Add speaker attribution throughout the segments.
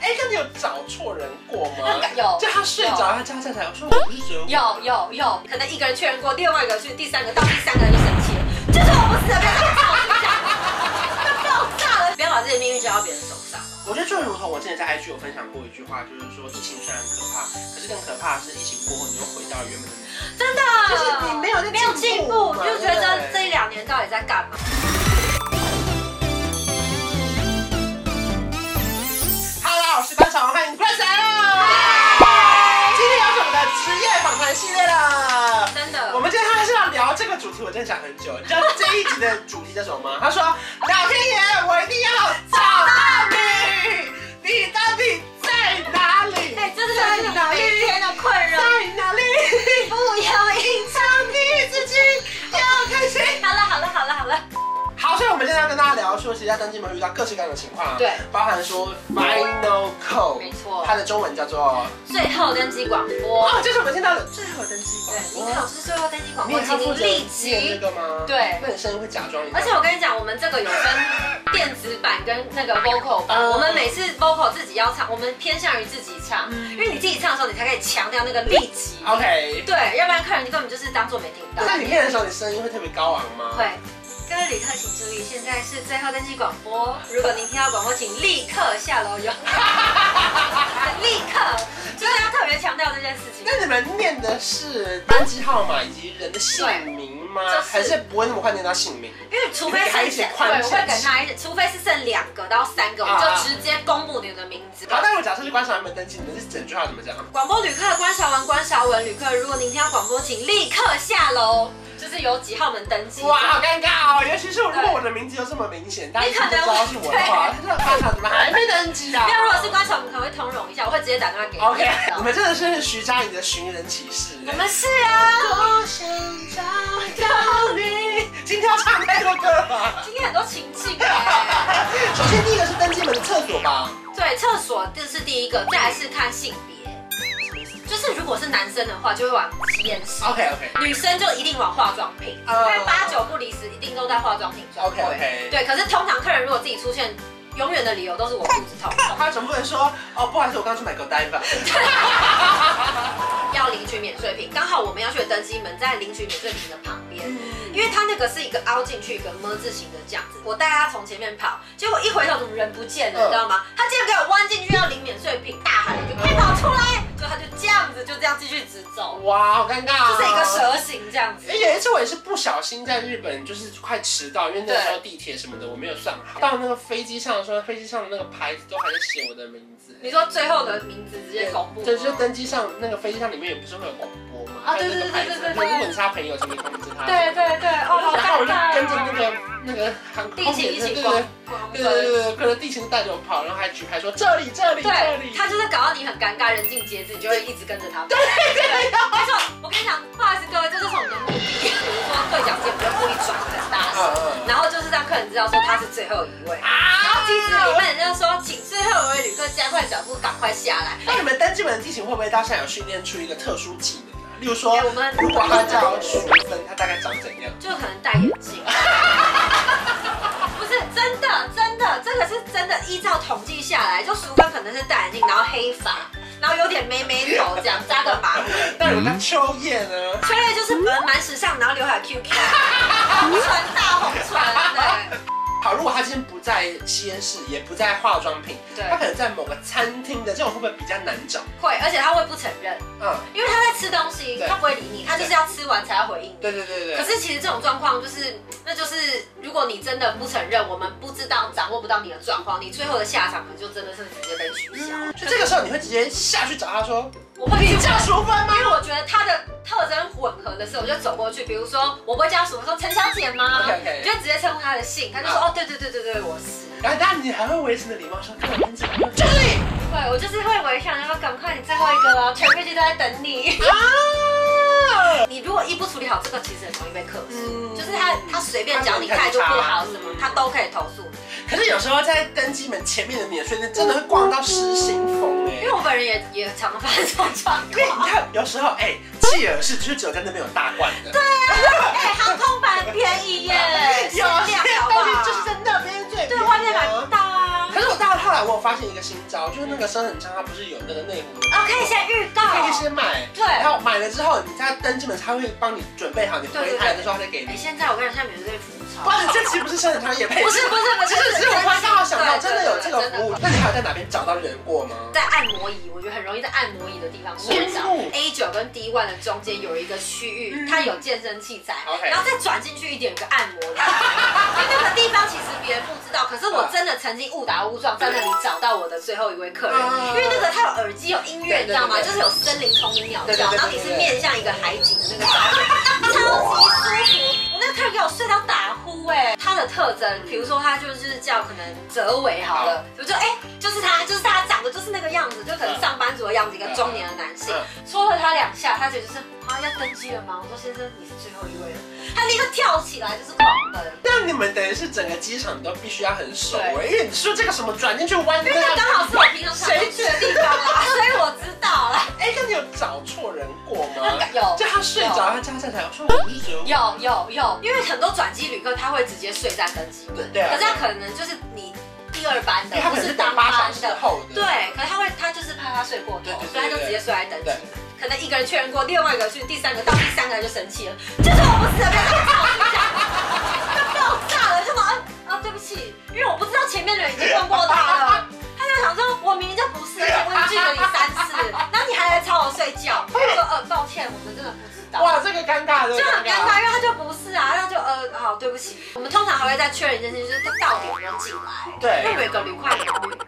Speaker 1: 哎有找错人过
Speaker 2: 那
Speaker 1: 吗？
Speaker 2: 个有
Speaker 1: 就他睡着，他叫他起来，我说我不是只有
Speaker 2: 有有有，可能一个人确认过，另外一个去，第三个到第三个人就生气了，就是我不死的，不要再我不想，爆炸了！不要把自己的命运交到别人手上。
Speaker 1: 我觉得就如同我之前在 IG 有分享过一句话，就是说疫情虽然可怕，可是更可怕的是疫情过后你又回到原本的你。
Speaker 2: 真的，
Speaker 1: 就是你没有在
Speaker 2: 没有进
Speaker 1: 进
Speaker 2: 步
Speaker 1: 步，
Speaker 2: 你
Speaker 1: 嘛
Speaker 2: 就觉得
Speaker 1: 对
Speaker 2: 这一两年到底在干嘛？
Speaker 1: Hello，我是班长，欢迎快闪哦！今天又是我们的职业访谈系列了。
Speaker 2: 真的
Speaker 1: 我，们今天还是要聊这个主题，我真的想很久。你知道这一集的主题叫什么吗？他说：“老天爷，我一定要找到你，你到底在哪里？
Speaker 2: 哎，这是
Speaker 1: 在
Speaker 2: 你
Speaker 1: 哪里？
Speaker 2: 每天的困扰，
Speaker 1: 在哪里？
Speaker 2: 不要隐藏你自己。
Speaker 1: 要开心。”
Speaker 2: 好了好了好了好了，
Speaker 1: 好，所以我们现在要跟大家聊说，其实在登机门遇到各式各样的情况，啊
Speaker 2: 对，
Speaker 1: 包含说 final call，
Speaker 2: 没错
Speaker 1: 它的中文叫做
Speaker 2: 最后登机广播，
Speaker 1: 哦，这是我们听到的最后登机
Speaker 2: 对，
Speaker 1: 广
Speaker 2: 你
Speaker 1: 播。
Speaker 2: 考试最后登机广
Speaker 1: 你
Speaker 2: 播，
Speaker 1: 也要负
Speaker 2: 请
Speaker 1: 责
Speaker 2: 立
Speaker 1: 念这
Speaker 2: 即。
Speaker 1: 个吗？
Speaker 2: 对
Speaker 1: 那你声音会假装一下。
Speaker 2: 而且我跟你讲，我们这个有分电子版跟那个 vocal 版。
Speaker 1: 嗯
Speaker 2: 我们每次 vocal 自己要唱，我们偏向于自己唱，
Speaker 1: 嗯
Speaker 2: 因为你自己唱的时候，你才可以强调那个立即。
Speaker 1: OK，
Speaker 2: 对，要不然客人根本就是当做没听到。
Speaker 1: 在里面的时哦候，你声音会特别高昂吗？
Speaker 2: 会。各位旅客请注意，现在是最后登记广播。如果您听到广播，请立刻下楼 游。立刻，就是要特别强调这件事情。
Speaker 1: 那你们念的是班机号码以及人的姓名吗？
Speaker 2: 对就是
Speaker 1: 还是不会那么快念到姓名？
Speaker 2: 因为除非
Speaker 1: 你可以给他
Speaker 2: 是
Speaker 1: 一些
Speaker 2: 对，
Speaker 1: 宽
Speaker 2: 我会
Speaker 1: 限
Speaker 2: 给
Speaker 1: 期
Speaker 2: 他一些，除非是剩两个到三个，我
Speaker 1: 啊
Speaker 2: 就直接公布你的名字。
Speaker 1: 好，那我假设是观赏员们登机，你们是整句话怎么讲？
Speaker 2: 广播旅客关晓雯，关晓雯旅客，如果您听到广播，请立刻下楼，就是有几号门登记。
Speaker 1: 哇，好尴尬哦！尤其是如果我的名字又这么明显，大家一听就知道是我的话，那班长怎么还没登记 啊？
Speaker 2: 没有，如果是关晓雯，可能会通融一下，我会直接打电话给你。
Speaker 1: OK，你们真的是徐佳莹的寻人启事。
Speaker 2: 我们是啊，
Speaker 1: 我想找到你，今天要唱太多歌了。
Speaker 2: 今天很多情境 哎。
Speaker 1: 首先第一个是登机门的厕所吧，
Speaker 2: 对，厕所这是第一个，再来是看性别，就是如果是男生的话，就会往吸烟室。
Speaker 1: OK OK
Speaker 2: 女生就一定往化妆品，因
Speaker 1: 哦
Speaker 2: 为八九不离十，一定都在化妆品专
Speaker 1: OK
Speaker 2: 柜。
Speaker 1: OK，
Speaker 2: 对，可是通常客人如果自己出现，永远的理由都是我肚子痛，
Speaker 1: 他总不能说哦，不好意思，我刚去买狗呆吧。
Speaker 2: 要领取免税品。刚好我们要去的登机门在领取免税品的旁边，因为它那个是一个凹进去一个么字形的这样子，我带他从前面跑，结果一回头怎么人不见了，你知道吗？他竟然给我弯进去要领免税品，大喊了一句：“快跑出来！”就他就这样子就这样继续直走，
Speaker 1: 哇，好尴尬、
Speaker 2: 就
Speaker 1: 哦。
Speaker 2: 是一个蛇形这样子
Speaker 1: 哎。有一次我也是不小心在日本，就是快迟到，因为那时候地铁什么的我没有算好。到那个飞机上的时候，飞机上的那个牌子都还在写我的名字。
Speaker 2: 你说最后的名字直接公布吗，
Speaker 1: 对，就是登机上那个飞机上里面也不是会有广播吗？
Speaker 2: 啊
Speaker 1: 还有那个
Speaker 2: 对对对
Speaker 1: 牌子
Speaker 2: 对对对
Speaker 1: 如果你是他朋友，请你通知他。
Speaker 2: 对对对，哦，好
Speaker 1: 然后我就
Speaker 2: 尴尬哦。
Speaker 1: 跟着那个那个航空
Speaker 2: 地勤一起
Speaker 1: 对
Speaker 2: 逛
Speaker 1: 对
Speaker 2: 逛
Speaker 1: 对对
Speaker 2: 对。
Speaker 1: 对对，跟着地勤带着我跑，然后还举牌说这里这里这
Speaker 2: 对
Speaker 1: 里，。
Speaker 2: 他就是搞到你很尴尬，人尽皆知，你就会一直跟着他。对对对，他说：“我跟你讲，不好意思各位，这就是我们的目的，比如说对讲机，我们就故意转很大声，
Speaker 1: 嗯
Speaker 2: 然后就是让客人知道说他是最后一位。然后
Speaker 1: 啊
Speaker 2: 机子里面人就说，请最后一位旅客加快脚步，赶快下来。
Speaker 1: 那你们登机门的地勤会不会到现在有训练出一个特殊技能啊？例如说
Speaker 2: 哎，我们
Speaker 1: 如果他叫淑芬，他大概长怎样？
Speaker 2: 就可能戴眼镜。”不是真的，真的，这个是真的。依照统计下来，就淑芬可能是戴眼镜，然后黑发，然后有点妹妹头这样，扎个马尾。
Speaker 1: 那
Speaker 2: 嗯
Speaker 1: 如果他秋叶呢？
Speaker 2: 崔瑞就是蛮蛮时尚，然后刘海 QQ，红唇大红唇，
Speaker 1: 好，如果他今天不在吸烟室，也不在化妆品，
Speaker 2: 对
Speaker 1: 他
Speaker 2: 对，
Speaker 1: 可能在某个餐厅的，这种会不会比较难找？
Speaker 2: 会，而且他会不承认，
Speaker 1: 嗯，
Speaker 2: 因为他在吃东西，
Speaker 1: 对
Speaker 2: 他不会理你，他就是要吃完才要回应你。
Speaker 1: 对对对对
Speaker 2: 可
Speaker 1: 对。
Speaker 2: 是其实这种状况就是，那就是如果你真的不承认，我们不知道掌握不到你的状况，你最后的下场可能就真的是直接被取消。
Speaker 1: 嗯就这个时候，你会直接下去找他说
Speaker 2: 我会去
Speaker 1: 叫淑芬吗
Speaker 2: 因？为我觉得他的特征混合的时候，我就走过去，比如说我不会叫什么说陈小姐吗
Speaker 1: OK，OK
Speaker 2: 你就直接称呼她的姓，他就说哦对对对对对，我是。
Speaker 1: 然后，但你还会维持你的礼貌说，跟我登机门
Speaker 2: 这里，对我就是会围上，然后赶快你最后一个啊了，全飞机都在等 你。
Speaker 1: 啊，
Speaker 2: 你如果一不处理好这个，其实很容易被克诉。
Speaker 1: 嗯
Speaker 2: 就是他，他随便讲你态度不好什么，他都可以投诉你。
Speaker 1: 可是有时候在登机门前面的免税店，真的会逛到失心疯哎、
Speaker 2: 因为我本人也也常发生这种状
Speaker 1: 因为你
Speaker 2: 况。
Speaker 1: 看，有时候哎，契尔是就是只有在那边有大罐的， 对，
Speaker 2: 哎，航空版很便宜耶，限
Speaker 1: 有
Speaker 2: 量
Speaker 1: 些
Speaker 2: 好不
Speaker 1: 东西
Speaker 2: 好？
Speaker 1: 就是在那边最便宜啊
Speaker 2: 对外面买不到啊。
Speaker 1: 可是我到了后来我有发现一个新招，就是那个生很香，它不是有那个内湖的
Speaker 2: 哦，可以先预告，
Speaker 1: 可以先买，
Speaker 2: 对
Speaker 1: 然后买了之后，你在登记门，他会帮你准备好，你回台的时候他再给
Speaker 2: 哎，
Speaker 1: 你。
Speaker 2: 现在我跟你讲，现在免税服务超
Speaker 1: 哇，你这期不是生很香也配？
Speaker 2: 不是不是不
Speaker 1: 其
Speaker 2: 是，
Speaker 1: 实只是我突然刚好想到，真的有这个服务
Speaker 2: 对。对对
Speaker 1: 那你还有在哪边找到人过吗？
Speaker 2: 在按摩椅，我觉得很容易在按摩椅的地方摸
Speaker 1: 是
Speaker 2: 到 A 九跟 D one 的中间有一个区域，
Speaker 1: 嗯
Speaker 2: 它有健身器材
Speaker 1: OK
Speaker 2: 然后再转进去一点有个按摩的，那个地方其实别人不知道，可是
Speaker 1: 嗯
Speaker 2: 我真的曾经误打误撞在那里找到我的最后一位客人，
Speaker 1: 嗯
Speaker 2: 因为那个它有耳机有音乐，
Speaker 1: 对对对
Speaker 2: 你知道吗？
Speaker 1: 对
Speaker 2: 就是有森林虫鸣鸟
Speaker 1: 对对
Speaker 2: 叫，
Speaker 1: 对对
Speaker 2: 然后你是
Speaker 1: 对对
Speaker 2: 面向一个海景的那个照片，超级舒服。我那个客人给我睡到打呼哎、他的特征，比如说他就是叫可能泽伟好了，我就哎、就是他，就是他长得就是那个样子，就可能上班族的样子，一个中年的男
Speaker 1: 嗯
Speaker 2: 性，戳了他两下，他觉得就是啊要登机了吗？我说先生你是最后一位了，他立刻跳起来就是狂奔。
Speaker 1: 那你们等于是整个机场你都必须要很熟哎，因为你说这个什么转进去弯灯，
Speaker 2: 那刚好是我平常常去的地方 啦，所以我知道啦。
Speaker 1: 哎，那你有找错人过
Speaker 2: 那
Speaker 1: 吗？
Speaker 2: 个有
Speaker 1: 就他睡着，他站起来，我说我不是觉得
Speaker 2: 有有有，因为很多转机旅客他会直接睡在登机门，
Speaker 1: 对啊
Speaker 2: 可是他可能就是你第二班
Speaker 1: 因
Speaker 2: 的
Speaker 1: 为，他
Speaker 2: 不
Speaker 1: 可能
Speaker 2: 是
Speaker 1: 是打
Speaker 2: 当
Speaker 1: 八
Speaker 2: 班
Speaker 1: 小时
Speaker 2: 的。
Speaker 1: 后的。
Speaker 2: 对，可是他会，他就是怕他睡过头
Speaker 1: 嗯对对，对
Speaker 2: 所以他就直接睡在等级
Speaker 1: 对。
Speaker 2: 可能一个人确认过，另外一个去，第哦三个到第三个人就生气了，就是我不是的，不要再吵一架，爆炸了，就说啊啊对不起，因为我不知道前面的人已经问过 他了，他就想说，我明明就不是，而且我已经拒绝你三次，然后你还来吵我睡觉，我就说呃抱歉，我们真的不知道。
Speaker 1: 哇，这个尴尬，这个
Speaker 2: 就很尴尬，因为他就不是啊，他就呃，好，对不起。我们通常还会再确认一件事情，就是他到底有没有进来。
Speaker 1: 对
Speaker 2: 因为每个旅快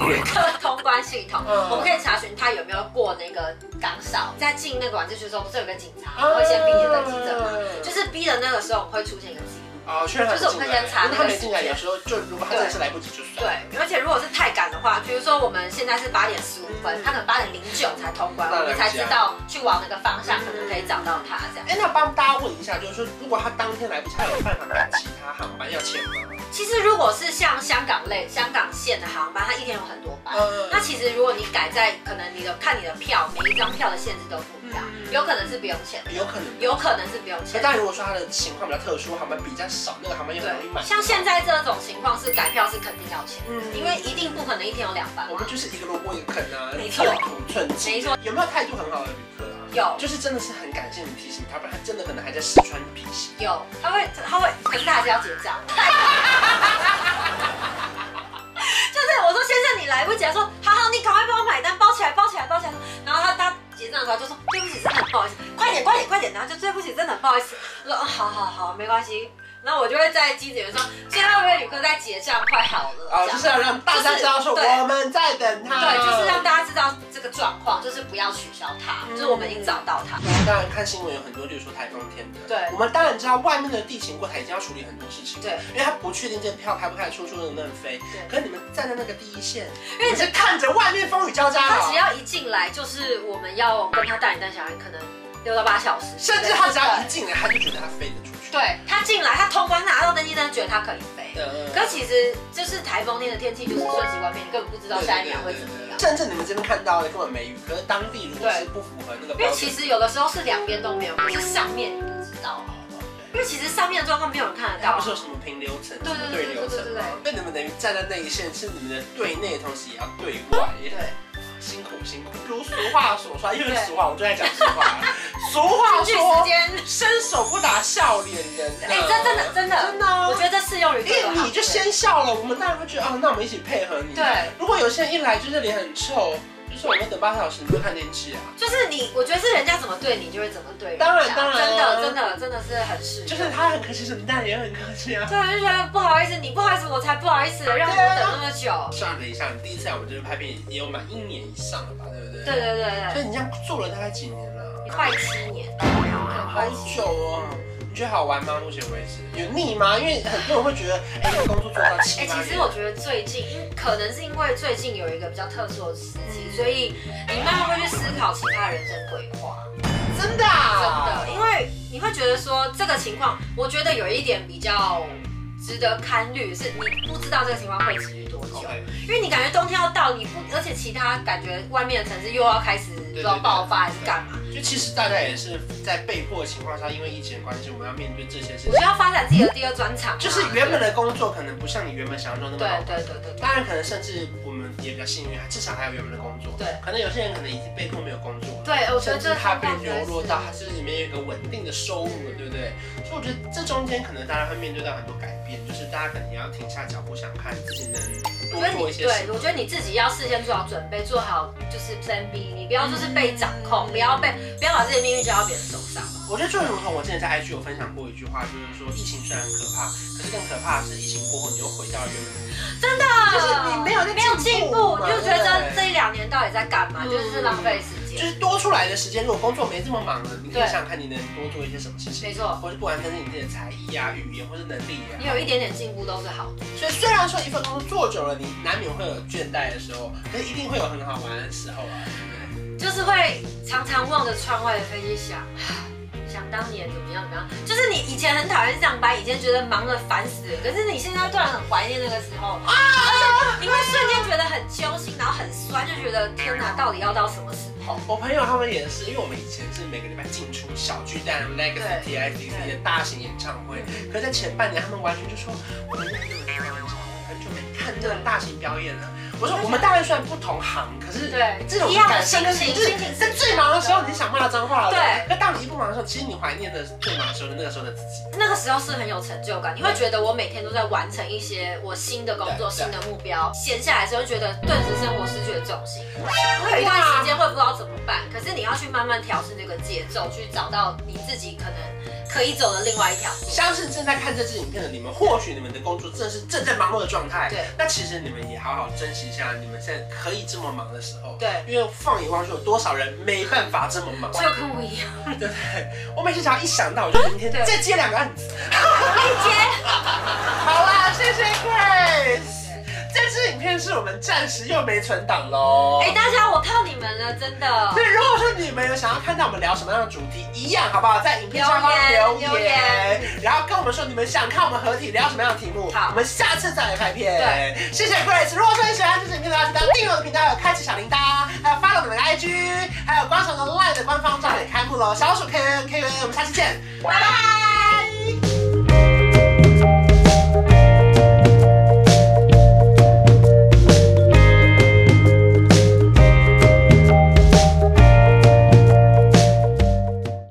Speaker 2: 旅客通关系统，
Speaker 1: 嗯
Speaker 2: 我们可以查询他有没有过那个岗哨。在进那个管制区的时候，不是有个警察
Speaker 1: 嗯
Speaker 2: 会先逼你登记证吗？就是逼的那个时候，我们会出现一个记录。
Speaker 1: 哦，确认
Speaker 2: 就是我们会先查那个
Speaker 1: 他没进来，
Speaker 2: 时间
Speaker 1: 有时候就如果他真的是来不及就算。
Speaker 2: 对，而且如果是太赶的话，比如说我们现在是八点十五分
Speaker 1: 嗯，
Speaker 2: 他可能八点零九才通关，
Speaker 1: 那
Speaker 2: 我
Speaker 1: 了
Speaker 2: 们
Speaker 1: 解
Speaker 2: 才知道去往那个方向，可能可以找到他这样。
Speaker 1: 哎，那帮大家问一下，就是说，如果他当天来不及，他有办法赶其他航班要钱吗？
Speaker 2: 其实如果是像香港类、香港线的航班，它一天有很多班。
Speaker 1: 嗯
Speaker 2: 那其实如果你改在可能你的看你的票，每一张票的限制都不一样，
Speaker 1: 嗯
Speaker 2: 有可能是不用钱的，
Speaker 1: 有可能。
Speaker 2: 有可能是不用
Speaker 1: 那
Speaker 2: 钱的。
Speaker 1: 哎但如果说他的情况比较特殊，航班比较少，那个航班又很容易
Speaker 2: 对，
Speaker 1: 满。
Speaker 2: 像现在这种情况是改票是肯定要钱的，
Speaker 1: 嗯
Speaker 2: 因为一定不可能一天有两班
Speaker 1: 我
Speaker 2: 嘛
Speaker 1: 们。就是一个萝卜一个坑啊，
Speaker 2: 没错
Speaker 1: 寸土寸金。
Speaker 2: 没错，
Speaker 1: 有没有态度很好的旅客啊？
Speaker 2: 有
Speaker 1: 就是真的是很感谢你提醒他，不然他真的可能还在试穿皮鞋。
Speaker 2: 有，他会他会，可是他还是要结账。就是我说先生你来不及，他说好好你赶快帮我买单，包起来包起来包起来。然后他他结账的时候就说对不起真的很不好意思，快点快点快点，然后就对不起真的很不好意思。我说哦好好好没关
Speaker 1: 嗯
Speaker 2: 系，那我就会在机子员说最后一位旅客在结账快好了，
Speaker 1: 啊，就
Speaker 2: 这样
Speaker 1: 是要让大家知道说
Speaker 2: 就是对
Speaker 1: 我们在等他。
Speaker 2: 对，就是让大家知道这个状况，就是不要取消他，
Speaker 1: 嗯
Speaker 2: 就是我们已经找到他。
Speaker 1: 我们当然看新闻有很多，例如说台风天的，
Speaker 2: 对
Speaker 1: 我们当然知道外面的地勤柜台已经要处理很多事情，
Speaker 2: 对，
Speaker 1: 因为他不确定这票开不开得出，说能不能飞，
Speaker 2: 对
Speaker 1: 可是你们站在那个第一线，
Speaker 2: 因为
Speaker 1: 你是看着外面风雨交加
Speaker 2: 他
Speaker 1: 哦，
Speaker 2: 只要一进来，就是我们要跟他大人带小孩，可能六到八小时，
Speaker 1: 甚至他只要一进来，他就觉得他飞得出去，
Speaker 2: 对他进来，他通关拿到登记证，觉得他可以飞。
Speaker 1: 嗯
Speaker 2: 可其实就是台风天的天气就是瞬息万变，你根本不知道下一秒会怎么样。
Speaker 1: 甚至你们这边看到的根本没雨，可是当地如果是不符合那个
Speaker 2: 因为
Speaker 1: 标
Speaker 2: 其
Speaker 1: 准，
Speaker 2: 实有的时候是两边都没有，可是上面你不知道，因为其实上面的状况没有人看得
Speaker 1: 它
Speaker 2: 到啊
Speaker 1: 不。是有什么平流层、什
Speaker 2: 对
Speaker 1: 么
Speaker 2: 对
Speaker 1: 对
Speaker 2: 对
Speaker 1: 流
Speaker 2: 对对
Speaker 1: 层
Speaker 2: 对
Speaker 1: 吗？那你们等于站在那一线，是你们的对内，同时也要对外，也
Speaker 2: 对，
Speaker 1: 辛苦辛苦。如俗话所说，因为
Speaker 2: 对
Speaker 1: 俗话，我就在讲俗话。 俗话
Speaker 2: 出去时
Speaker 1: 说，
Speaker 2: 间，
Speaker 1: 伸手不打笑脸人。
Speaker 2: 哎，这真的真的，
Speaker 1: 真的啊
Speaker 2: 我觉得这适用
Speaker 1: 因
Speaker 2: 于各个
Speaker 1: 为
Speaker 2: 行
Speaker 1: 你
Speaker 2: 业
Speaker 1: 就先笑了，我们当然会觉得啊，那我们一起配合你。啊
Speaker 2: 对。
Speaker 1: 如果有些人一来就是脸很臭，就是我们等八小时，你就看电视啊。
Speaker 2: 就是你，我觉得是人家怎么对你，就会怎么对人家。
Speaker 1: 当然当然啊
Speaker 2: 真的真的真的是很适用。
Speaker 1: 就是他很客气，什么但也很客气啊。
Speaker 2: 对，就觉得不好意思，你不好意思，我才不好意思，
Speaker 1: 哎
Speaker 2: 让我等那么久。
Speaker 1: 算了一下，你第一次来我们这边拍片也有满一年以上了吧，对不对？
Speaker 2: 对。对对
Speaker 1: 所
Speaker 2: 对，
Speaker 1: 以你这样做了大概几年了？
Speaker 2: 快七年，
Speaker 1: 好久哦。你觉得好玩吗？目前为止有腻吗？因为很多人会觉得，哎、这个工作做到七
Speaker 2: 哎、
Speaker 1: 八年。
Speaker 2: 其实我觉得最近，因可能是因为最近有一个比较特殊的时期，
Speaker 1: 嗯
Speaker 2: 所以你慢慢会去思考其他人生规划。
Speaker 1: 真的、
Speaker 2: 真
Speaker 1: 啊，
Speaker 2: 的，因为你会觉得说这个情况，我觉得有一点比较值得堪虑，是你不知道这个情况会持续多久。
Speaker 1: OK，
Speaker 2: 因为你感觉冬天要到，你不，而且其他感觉外面的城市又要开始不
Speaker 1: 对
Speaker 2: 知道
Speaker 1: 对
Speaker 2: 爆发还是干嘛。
Speaker 1: 就其实大家也是在被迫的情况下，因为疫情的关系，我们要面对这些事
Speaker 2: 我
Speaker 1: 情
Speaker 2: 就。要发展自己的第二专场啊、
Speaker 1: 就是原本的工作可能不像你原本想象中那么
Speaker 2: 对
Speaker 1: 好。
Speaker 2: 对对对对
Speaker 1: 当然，可能甚至我们也比较幸运，至少还有原本的工作。
Speaker 2: 对
Speaker 1: 可能有些人可能已经被迫没有工作了。
Speaker 2: 对，我
Speaker 1: 甚
Speaker 2: 觉得
Speaker 1: 至
Speaker 2: 这
Speaker 1: 他被
Speaker 2: 真的
Speaker 1: 流落
Speaker 2: 是
Speaker 1: 到，他是里面有一个稳定的收入了，对不对？所以我觉得这中间可能大家会面对到很多改变，就是大家可能也要停下脚步，想看自己能
Speaker 2: 我
Speaker 1: 多做
Speaker 2: 觉得
Speaker 1: 一
Speaker 2: 你
Speaker 1: 些什
Speaker 2: 对，
Speaker 1: 么。
Speaker 2: 我觉得你自己要事先做好准备，做好就是 Plan B，你不要就是被掌
Speaker 1: 嗯
Speaker 2: 控，不要被不要把自己的命运交到别人手上。
Speaker 1: 我觉得就如同我之前在 IG 有分享过一句话，就是说疫情虽然可怕，可是更可怕的是疫情过后你又回到原本。就是你没有在
Speaker 2: 没有进
Speaker 1: 进步，
Speaker 2: 步你
Speaker 1: 嘛
Speaker 2: 就觉得
Speaker 1: 对
Speaker 2: 这一两年到底在干嘛，
Speaker 1: 嗯
Speaker 2: 就是浪费时
Speaker 1: 就
Speaker 2: 间。
Speaker 1: 是多出来的时间，如果工作没这么忙了，你可以
Speaker 2: 对
Speaker 1: 想想看你能多做一些什么事情，
Speaker 2: 没错，
Speaker 1: 或是不管是你自己的才艺啊、语言或是能力也好。
Speaker 2: 你有一点点进步都是好的。
Speaker 1: 所以虽然说一份工作做久了，你难免会有倦怠的时候，可是一定会有很好玩的时候啊，对
Speaker 2: 就是会常常望着窗外的飞机想，唉 想当年怎么样怎么样。就是你以前很讨厌上班，以前觉得忙得烦死了，可是你现在突然很怀念那个时候，
Speaker 1: 啊
Speaker 2: 而且你会瞬间觉得很揪心，然后很酸，就觉得天哪，到底要到什么时候？
Speaker 1: 哦不对？我朋友他们也是，因为我们以前是每个礼拜进出小巨蛋、Legacy、T I C C 的大型演唱会，可是在前半年他们完全就说，我们很久没看演唱会，很久没看这种大型表演了。我说我们大概虽然不同行，可是
Speaker 2: 对
Speaker 1: 这种
Speaker 2: 一样的
Speaker 1: 感受就是
Speaker 2: 心情
Speaker 1: 就是
Speaker 2: 心情是
Speaker 1: 在最忙的时候你想骂脏话了，
Speaker 2: 对。
Speaker 1: 可当你一不忙的时候，其实你怀念的是最忙的时候，那个时候的自己。
Speaker 2: 那个时候是很有成就感，你会觉得我每天都在完成一些我新的工作、
Speaker 1: 对对
Speaker 2: 新的目标。闲下来的时候，觉得顿时生活失去了重心，会有一段时间会不知道怎么办。可是你要去慢慢调试这个节奏，去找到你自己可能可以走的另外一条路。
Speaker 1: 相信正在看这支影片的你们，或许你们的工作正是正在忙碌的状态。
Speaker 2: 对，
Speaker 1: 那其实你们也好好珍惜一下你们现在可以这么忙的时候。
Speaker 2: 对，
Speaker 1: 因为放眼望去，有多少人没办法这么忙？
Speaker 2: 就跟我一样，
Speaker 1: 对不对？ 我每次只要一想到，我就明天
Speaker 2: 对
Speaker 1: 再接两个案子。
Speaker 2: 一接。
Speaker 1: 好啦，谢谢 Grace。这支影片是我们暂时又没存档喽。
Speaker 2: 哎、大家，我靠你们了，真的。
Speaker 1: 对，如果说你们有想要看到我们聊什么样的主题，一样好不好？在影片下方留言，
Speaker 2: 留言留言
Speaker 1: 然后跟我们说你们想看我们合体聊什么样的题目，
Speaker 2: 好
Speaker 1: 我们下次再来拍片。
Speaker 2: 对，
Speaker 1: 谢谢 Grace。如果说你喜欢这支影片的话，记得订阅我的频道，还有开启小铃铛，还有 follow 我们的哦 IG，还有观赏的 LINE 的官方账号也开幕了。小鼠 K N K N，我们下期见，拜拜。